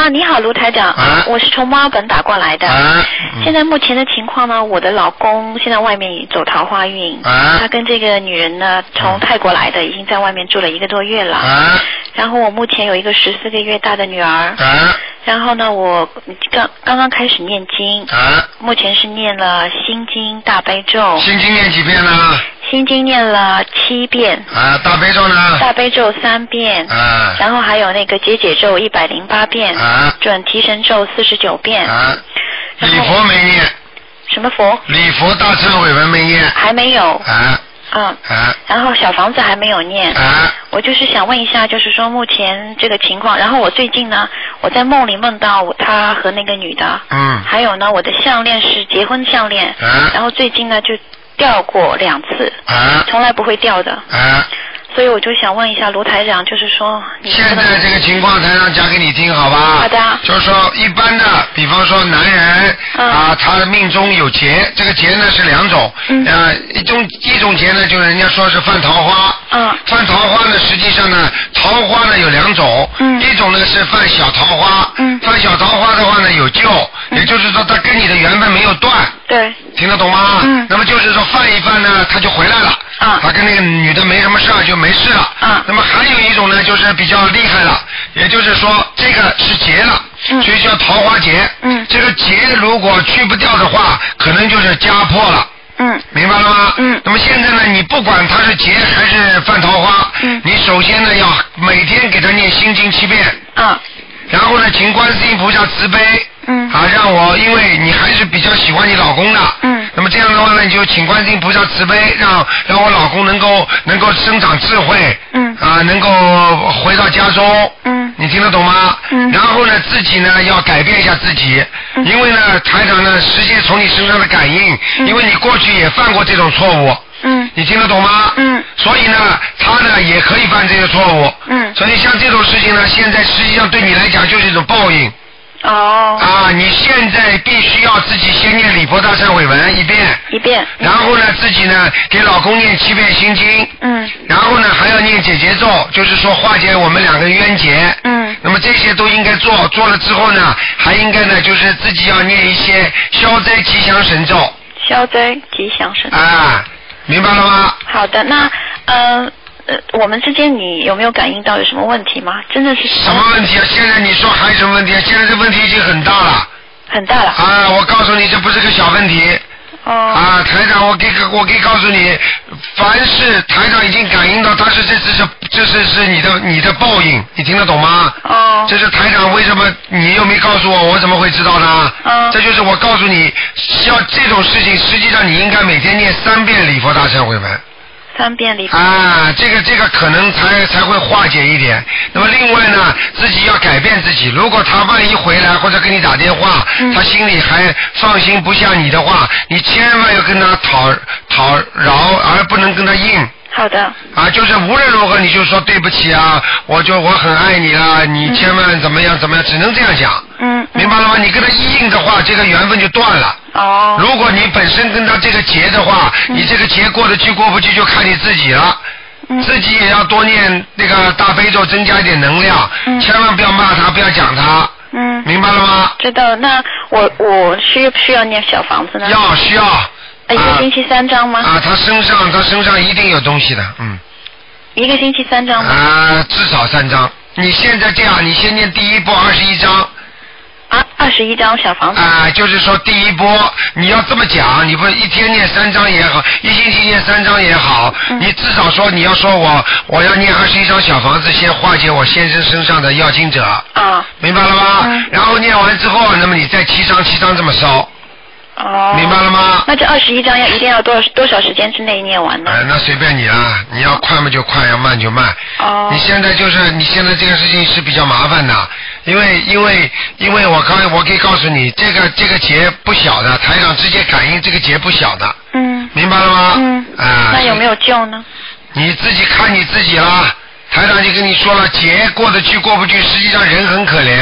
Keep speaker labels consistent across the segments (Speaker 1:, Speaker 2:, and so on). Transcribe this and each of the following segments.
Speaker 1: 啊你好，卢台长，
Speaker 2: 啊
Speaker 1: 我是从墨尔本打过来的。
Speaker 2: 啊
Speaker 1: 现在目前的情况呢，我的老公现在外面走桃花运，
Speaker 2: 啊嗯
Speaker 1: 他跟这个女人呢从泰国来的，已经在外面住了一个多月了。
Speaker 2: 啊
Speaker 1: 然后我目前有一个十四个月大的女儿，
Speaker 2: 啊
Speaker 1: 然后呢，我刚刚刚开始念经，
Speaker 2: 啊！
Speaker 1: 目前是念了心经大悲咒，
Speaker 2: 心经念几遍呢？
Speaker 1: 心经念了七遍，
Speaker 2: 啊，大悲咒呢？
Speaker 1: 大悲咒三遍，
Speaker 2: 啊
Speaker 1: 然后还有那个解解咒一百零八遍，
Speaker 2: 啊
Speaker 1: 准提神咒四十九遍，
Speaker 2: 啊！
Speaker 1: 然
Speaker 2: 礼
Speaker 1: 后
Speaker 2: 佛没念，
Speaker 1: 什么佛
Speaker 2: 礼佛大忏悔文没念。
Speaker 1: 还没有，
Speaker 2: 啊
Speaker 1: 嗯，
Speaker 2: 啊
Speaker 1: 然后小房子还没有念。
Speaker 2: 啊！
Speaker 1: 我就是想问一下，就是说目前这个情况，然后我最近呢，我在梦里梦到我他和那个女的，
Speaker 2: 嗯
Speaker 1: 还有呢，我的项链是结婚项链，然
Speaker 2: 啊
Speaker 1: 后最近呢就掉过两次，
Speaker 2: 啊
Speaker 1: 从来不会掉的，
Speaker 2: 啊！
Speaker 1: 所以我就想问一下卢台长，就是说你能
Speaker 2: 现
Speaker 1: 不能
Speaker 2: 在这个情况，台上讲给你听，好吧？
Speaker 1: 好的
Speaker 2: 就是说，一般的，比方说男人、
Speaker 1: 嗯
Speaker 2: 啊，他的命中有劫，这个劫呢是两种，
Speaker 1: 嗯
Speaker 2: 呃，一种一种劫呢，就是人家说是犯桃花。
Speaker 1: 嗯
Speaker 2: 犯桃花呢，实际上呢，桃花呢有两种，
Speaker 1: 嗯
Speaker 2: 一种呢是犯小桃花，
Speaker 1: 嗯
Speaker 2: 犯小桃花的话呢有救，
Speaker 1: 嗯
Speaker 2: 也就是说他跟你的缘分没有断，
Speaker 1: 对
Speaker 2: 听得懂吗？
Speaker 1: 嗯
Speaker 2: 那么就是说犯一犯呢，他就回来了。
Speaker 1: 啊
Speaker 2: 他跟那个女的没什么事儿，就没事了。
Speaker 1: 啊
Speaker 2: 那么还有一种呢，就是比较厉害了，也就是说这个是劫了，
Speaker 1: 嗯
Speaker 2: 所以叫桃花劫。
Speaker 1: 嗯
Speaker 2: 这个劫如果去不掉的话，可能就是家破了。
Speaker 1: 嗯
Speaker 2: 明白了吗？
Speaker 1: 嗯
Speaker 2: 那么现在呢，你不管他是劫还是犯桃花，
Speaker 1: 嗯
Speaker 2: 你首先呢要每天给他念心经七遍，
Speaker 1: 啊
Speaker 2: 然后呢，请观世音菩萨慈悲，
Speaker 1: 嗯
Speaker 2: 啊，让我，因为你还是比较喜欢你老公的，
Speaker 1: 嗯
Speaker 2: 那么这样的话呢，你就请观世音菩萨慈悲，让让我老公能够能够生长智慧，
Speaker 1: 嗯
Speaker 2: 啊，能够回到家中，
Speaker 1: 嗯
Speaker 2: 你听得懂吗？
Speaker 1: 嗯
Speaker 2: 然后呢，自己呢要改变一下自己，
Speaker 1: 嗯
Speaker 2: 因为呢，台长呢，实际从你身上的感应，
Speaker 1: 嗯
Speaker 2: 因为你过去也犯过这种错误，
Speaker 1: 嗯
Speaker 2: 你听得懂吗？
Speaker 1: 嗯
Speaker 2: 所以呢，他呢也可以犯这些错误。
Speaker 1: 嗯
Speaker 2: 所以像这种事情呢，现在实际上对你来讲就是一种报应
Speaker 1: 哦
Speaker 2: 啊！你现在必须要自己先念礼佛大忏悔文一遍，
Speaker 1: 一遍
Speaker 2: 然后呢自己呢给老公念七遍心经，
Speaker 1: 嗯
Speaker 2: 然后呢还要念解结咒，就是说化解我们两个冤结。
Speaker 1: 嗯
Speaker 2: 那么这些都应该做，做了之后呢，还应该呢就是自己要念一些消灾吉祥神咒
Speaker 1: 消灾吉祥神
Speaker 2: 啊，明白了吗？
Speaker 1: 好的那呃呃我们之间你有没有感应到有什么问题吗真的是
Speaker 2: 什么问题啊？现在你说还有什么问题啊？现在这问题已经很大了
Speaker 1: 很大了
Speaker 2: 啊！我告诉你，这不是个小问题
Speaker 1: 哦
Speaker 2: 啊！台长，我给我可以告诉你，凡是台长已经感应到，但是这只是这是是你的你的报应，你听得懂吗？
Speaker 1: 哦
Speaker 2: 这是台长为什么你又没告诉我，我怎么会知道呢？
Speaker 1: 嗯
Speaker 2: 这就是我告诉你，要这种事情，实际上你应该每天念三遍礼佛大忏悔文。
Speaker 1: 三遍礼
Speaker 2: 啊，这个这个可能才才会化解一点。那么另外呢，自己要改变自己。如果他万一回来或者跟你打电话，
Speaker 1: 嗯
Speaker 2: 他心里还放心不下你的话，你千万要跟他讨讨饶，而不能跟他硬。
Speaker 1: 好的
Speaker 2: 啊，就是无论如何你就说对不起啊，我就我很爱你啦，你
Speaker 1: 嗯
Speaker 2: 千万怎么样怎么样，只能这样讲，
Speaker 1: 嗯嗯
Speaker 2: 明白了吗？你跟他一硬的话，这个缘分就断了。
Speaker 1: 哦
Speaker 2: 如果你本身跟他这个结的话，
Speaker 1: 嗯
Speaker 2: 你这个结过得去过不去就看你自己了。
Speaker 1: 嗯
Speaker 2: 自己也要多念那个大悲咒，增加一点能量，
Speaker 1: 嗯
Speaker 2: 千万不要骂他，不要讲他，
Speaker 1: 嗯
Speaker 2: 明白了吗？
Speaker 1: 知道那我我需不需要念小房子呢
Speaker 2: 要需要啊
Speaker 1: 呃一个星期三张吗
Speaker 2: 啊，他身上他身上一定有东西的，嗯
Speaker 1: 一个星期三张吗
Speaker 2: 啊，至少三张。你现在这样，你先念第一波二十一章
Speaker 1: 啊二十一张小房子
Speaker 2: 啊，就是说第一波你要这么讲，你不一天念三章也好，一星期念三章也好，
Speaker 1: 嗯
Speaker 2: 你至少说你要说我我要念二十一张小房子，先化解我先生身上的要经者。
Speaker 1: 啊
Speaker 2: 明白了吗？
Speaker 1: 嗯
Speaker 2: 然后念完之后，那么你再七张七张这么烧，
Speaker 1: 哦
Speaker 2: 明白了吗？
Speaker 1: 那这二十一张要一定要多少多少时间之内念完呢？
Speaker 2: 哎，那随便你啦，你要快嘛就快，要慢就慢。
Speaker 1: 哦
Speaker 2: 你现在就是你现在这个事情是比较麻烦的，因为因为因为我刚我可以告诉你，这个这个节不小的，台长直接感应这个节不小的，
Speaker 1: 嗯
Speaker 2: 明白了吗？
Speaker 1: 嗯，
Speaker 2: 啊，
Speaker 1: 那有没有救呢？
Speaker 2: 你自己看你自己啦。台长就跟你说了，劫过得去过不去，实际上人很可怜，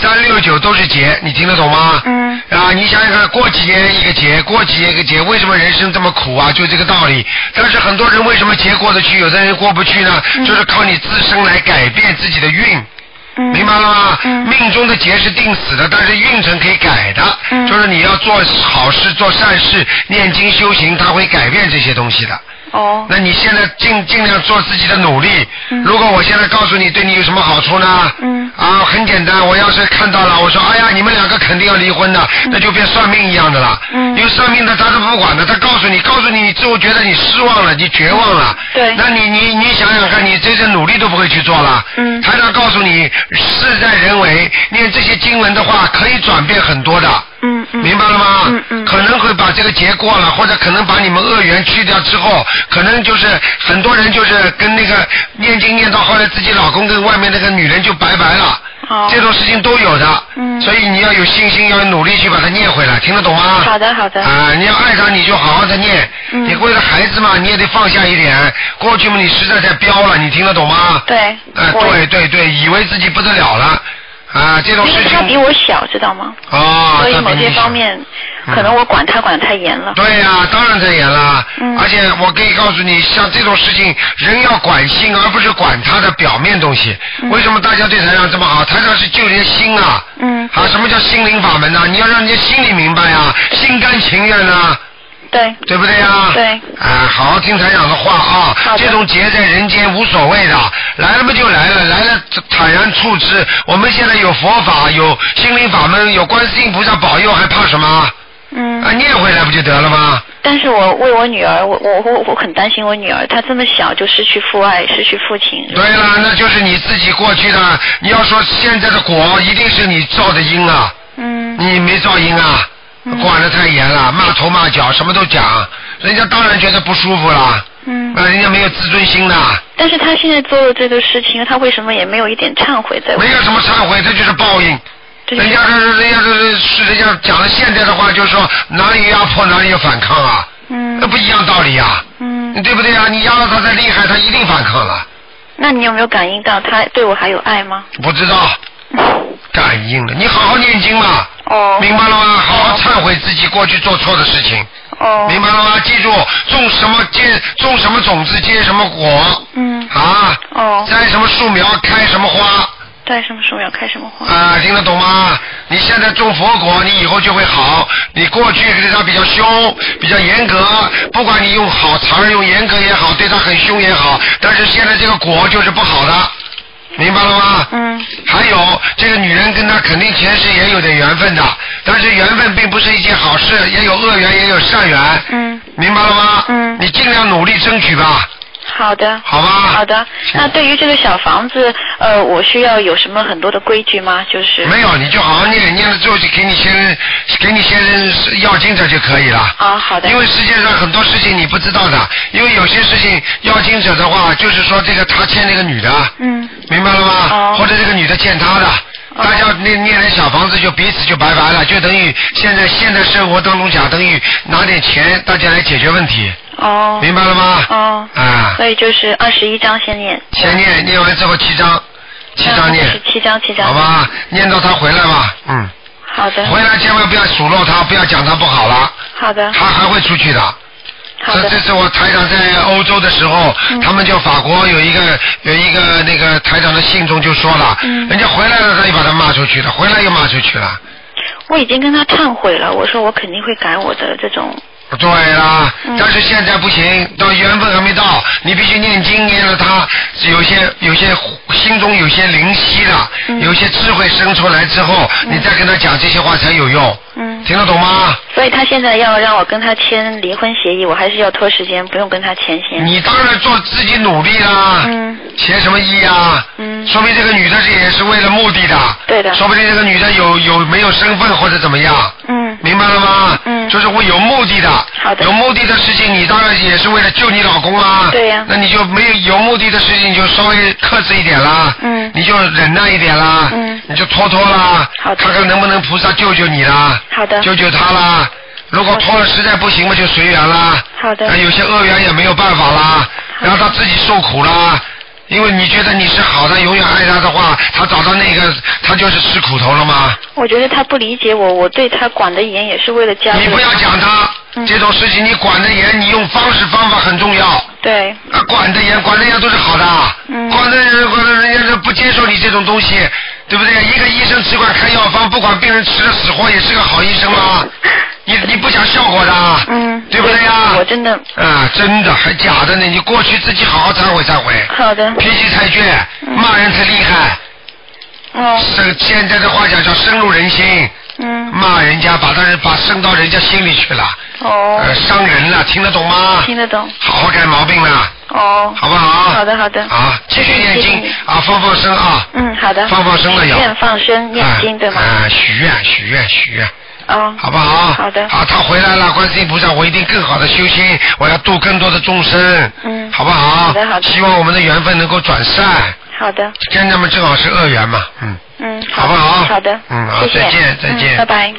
Speaker 2: 三六九都是劫，你听得懂吗？
Speaker 1: 嗯
Speaker 2: 啊，你想想看，过几年一个劫，过几年一个劫，为什么人生这么苦啊？就这个道理。但是很多人为什么劫过得去，有的人过不去呢？
Speaker 1: 嗯
Speaker 2: 就是靠你自身来改变自己的运，
Speaker 1: 嗯
Speaker 2: 明白了吗？
Speaker 1: 嗯
Speaker 2: 命中的劫是定死的，但是运程可以改的。
Speaker 1: 嗯
Speaker 2: 就是你要做好事、做善事、念经修行，它会改变这些东西的。
Speaker 1: 哦，
Speaker 2: 那你现在尽尽量做自己的努力。
Speaker 1: 嗯
Speaker 2: 如果我现在告诉你对你有什么好处呢？
Speaker 1: 嗯
Speaker 2: 啊，很简单，我要是看到了，我说哎呀，你们两个肯定要离婚的，那就变算命一样的了。
Speaker 1: 嗯
Speaker 2: 因为算命的他都不管的，他告诉你，告诉你，你之后觉得你失望了，你绝望了。
Speaker 1: 嗯对
Speaker 2: 那你你你想想看，你这些努力都不会去做了。
Speaker 1: 嗯
Speaker 2: 台长告诉你，事在人为，念这些经文的话，可以转变很多的。
Speaker 1: 嗯嗯，
Speaker 2: 明白了吗？
Speaker 1: 嗯嗯
Speaker 2: 可能会把这个结过了，或者可能把你们恶缘去掉之后，可能就是很多人就是跟那个念经念到后来，自己老公跟外面那个女人就拜拜了。
Speaker 1: 哦
Speaker 2: 这种事情都有的。
Speaker 1: 嗯
Speaker 2: 所以你要有信心，要努力去把它念回来，听得懂吗？
Speaker 1: 好的好的
Speaker 2: 啊、你要爱他，你就好好的念。
Speaker 1: 嗯
Speaker 2: 你为了孩子嘛，你也得放下一点。过去嘛，你实在太彪了，你听得懂吗？。
Speaker 1: 对，
Speaker 2: 哎、
Speaker 1: 我
Speaker 2: 对对对，以为自己不得了了，啊、这种
Speaker 1: 因
Speaker 2: 事
Speaker 1: 为
Speaker 2: 情。
Speaker 1: 他比我小，知道吗？
Speaker 2: 哦，
Speaker 1: 所以
Speaker 2: 他比
Speaker 1: 某
Speaker 2: 你
Speaker 1: 些
Speaker 2: 小
Speaker 1: 方面，
Speaker 2: 嗯
Speaker 1: 可能我管他管得太严 了。
Speaker 2: 对呀、当然在演了。
Speaker 1: 嗯
Speaker 2: 而且我可以告诉你，像这种事情，人要管心，而不是管他的表面东西。
Speaker 1: 嗯
Speaker 2: 为什么大家对台长这么好？台长是救人家心啊。
Speaker 1: 嗯，
Speaker 2: 啊，什么叫心灵法门呢、啊你要让人家心里明白啊，心甘情愿啊，
Speaker 1: 对，
Speaker 2: 对不对呀、啊？
Speaker 1: 对
Speaker 2: 啊，好好听台长的话啊。
Speaker 1: 好的
Speaker 2: 这种劫在人间无所谓的，来了嘛就来了，来了坦然处之。我们现在有佛法，有心灵法门，有观世音菩萨保佑，还怕什么？
Speaker 1: 嗯
Speaker 2: 啊，，念回来不就得了吗？
Speaker 1: 但是我为我女儿，我我我我很担心我女儿，她这么小就失去父爱，失去父亲。
Speaker 2: 对了，那就是你自己过去的。你要说现在的果，一定是你造的因啊，
Speaker 1: 嗯
Speaker 2: 你没造因啊，
Speaker 1: 嗯
Speaker 2: 管得太严了，骂头骂脚，什么都讲，人家当然觉得不舒服了。
Speaker 1: 嗯，
Speaker 2: 那人家没有自尊心的，
Speaker 1: 但是她现在做了这个事情，她为什么也没有一点忏悔在我？
Speaker 2: 没有什么忏悔，这就是报应。
Speaker 1: 这
Speaker 2: 人家是人家是是人家讲了现在的话，就是说哪里有压迫哪里有反抗啊，
Speaker 1: 嗯
Speaker 2: 那不一样道理啊，
Speaker 1: 嗯，
Speaker 2: 对不对啊？你压得他再厉害，他一定反抗了。
Speaker 1: 那你有没有感应到她对我还有爱吗？
Speaker 2: 不知道感应了，你好好念经嘛。
Speaker 1: 哦
Speaker 2: 明白了吗？好好忏悔自己过去做错的事情，
Speaker 1: 哦，
Speaker 2: 明白了吗？记住，种什么结，种什么种子结什么果
Speaker 1: 嗯
Speaker 2: 啊，
Speaker 1: 哦，
Speaker 2: 栽什么树苗开什么花
Speaker 1: 在什么时候要开什么花？
Speaker 2: 啊，听得懂吗？你现在种佛果，你以后就会好。你过去对他比较凶，比较严格，不管你用好词儿、用严格也好，对他很凶也好，但是现在这个果就是不好的，明白了吗？
Speaker 1: 嗯
Speaker 2: 还有这个女人跟他肯定前世也有点缘分的，但是缘分并不是一件好事，也有恶缘，也有善缘，
Speaker 1: 嗯，
Speaker 2: 明白了吗？
Speaker 1: 嗯
Speaker 2: 你尽量努力争取吧，
Speaker 1: 好的。
Speaker 2: 好吧？
Speaker 1: 好的，那对于这个小房子，呃，我需要有什么很多的规矩吗？就是
Speaker 2: 没有，你就好好念，念了之后就给你先生，给你先生要经者就可以了。
Speaker 1: 啊，好的，
Speaker 2: 因为世界上很多事情你不知道的，因为有些事情要经者的话，就是说这个他欠那个女的，
Speaker 1: 嗯
Speaker 2: 明白了吗？
Speaker 1: 哦
Speaker 2: 或者这个女的欠他的，
Speaker 1: 哦
Speaker 2: 大家念念点小房子就彼此就拜拜了，就等于现在现在生活当中讲，等于拿点钱大家来解决问题，
Speaker 1: 哦
Speaker 2: 明白了吗？
Speaker 1: 哦，
Speaker 2: 啊，
Speaker 1: 所以就是二十一章先念，
Speaker 2: 先念念完之后七张，七张
Speaker 1: 啊
Speaker 2: 念，
Speaker 1: 是嗯七章七章，
Speaker 2: 好，吧？念到他回来吧，嗯，
Speaker 1: 好的，
Speaker 2: 回来千万不要数落他，不要讲他不好了，
Speaker 1: 好的，
Speaker 2: 他还会出去的。
Speaker 1: 好
Speaker 2: 这这
Speaker 1: 的，
Speaker 2: 次我台长在欧洲的时候，
Speaker 1: 嗯
Speaker 2: 他们就法国有一个有一个那个台长的信中就说了，
Speaker 1: 嗯
Speaker 2: 人家回来了他就把他骂出去了，回来又骂出去了。
Speaker 1: 我已经跟他忏悔了，我说我肯定会改我的这种，
Speaker 2: 对啦，
Speaker 1: 嗯
Speaker 2: 但是现在不行，到缘分还没到，你必须念经念了他，有些有些心中有些灵犀的，
Speaker 1: 嗯
Speaker 2: 有些智慧生出来之后，
Speaker 1: 嗯
Speaker 2: 你再跟他讲这些话才有用，
Speaker 1: 嗯，
Speaker 2: 听得懂吗？
Speaker 1: 所以他现在要让我跟他签离婚协议，我还是要拖时间，不用跟他签先，
Speaker 2: 你当然做自己努力啦，
Speaker 1: 嗯
Speaker 2: 写什么意啊？
Speaker 1: 嗯，
Speaker 2: 说明这个女的是也是为了目的的。
Speaker 1: 对的
Speaker 2: 说不定这个女的有有没有身份或者怎么样，
Speaker 1: 嗯
Speaker 2: 明白了吗？
Speaker 1: 嗯
Speaker 2: 就是会有目的的。
Speaker 1: 好的
Speaker 2: 有目的的事情，你当然也是为了救你老公啊。
Speaker 1: 对呀
Speaker 2: 那你就没有有目的的事情，你就稍微克制一点啦。
Speaker 1: 嗯
Speaker 2: 你就忍耐一点啦。
Speaker 1: 嗯
Speaker 2: 你就拖拖啦。
Speaker 1: 好的
Speaker 2: 看看能不能菩萨救救你啦，
Speaker 1: 好的，
Speaker 2: 救救他啦。如果
Speaker 1: 好的
Speaker 2: 拖了实在不行嘛，就随缘啦。
Speaker 1: 好的
Speaker 2: 那，有些恶缘也没有办法啦，
Speaker 1: 好
Speaker 2: 让他自己受苦啦。因为你觉得你是好的，永远爱他的话，他找到那个，他就是吃苦头了吗？
Speaker 1: 我觉得他不理解我，我对他管得严也是为了家里，
Speaker 2: 你不要讲他、
Speaker 1: 嗯
Speaker 2: 这种事情，你管得严，你用方式方法很重要。
Speaker 1: 对，
Speaker 2: 啊，管得严，管得严都是好的。
Speaker 1: 嗯
Speaker 2: 管得严，管得人家是不接受你这种东西，对不对？一个医生只管开药方，不管病人吃的死活，也是个好医生吗？你你不讲效果的啊，
Speaker 1: 嗯，
Speaker 2: 对不对呀、
Speaker 1: 我真的
Speaker 2: 啊，真的还假的呢？你过去自己好好忏悔忏悔，
Speaker 1: 好的，
Speaker 2: 脾气太倔，
Speaker 1: 嗯
Speaker 2: 骂人太厉害，嗯
Speaker 1: 哦，
Speaker 2: 是现在的话讲叫深入人心，
Speaker 1: 嗯，
Speaker 2: 骂人家把他人把渗到人家心里去了，
Speaker 1: 哦，
Speaker 2: 呃，伤人了，听得懂吗？
Speaker 1: 听得懂，
Speaker 2: 好好改毛病了，
Speaker 1: 哦，
Speaker 2: 好不好？
Speaker 1: 好的好的
Speaker 2: 啊，继续念
Speaker 1: 谢谢
Speaker 2: 经
Speaker 1: 你
Speaker 2: 啊，放放生啊，
Speaker 1: 嗯，好的，
Speaker 2: 放放生了要。
Speaker 1: 愿放生念经对吗？
Speaker 2: 啊，许愿许愿许愿，
Speaker 1: 哦，
Speaker 2: 好不好？啊
Speaker 1: 好的
Speaker 2: 好，他回来了，观世音菩萨，我一定更好的修心，我要度更多的众生，
Speaker 1: 嗯，
Speaker 2: 好不好？
Speaker 1: 好的好的
Speaker 2: 希望我们的缘分能够转善，
Speaker 1: 好的，
Speaker 2: 跟他们正好是恶缘嘛，嗯，
Speaker 1: 嗯，
Speaker 2: 好不好？
Speaker 1: 好的，
Speaker 2: 嗯，好，
Speaker 1: 谢谢，
Speaker 2: 再见再
Speaker 1: 嗯
Speaker 2: 见。
Speaker 1: 拜拜。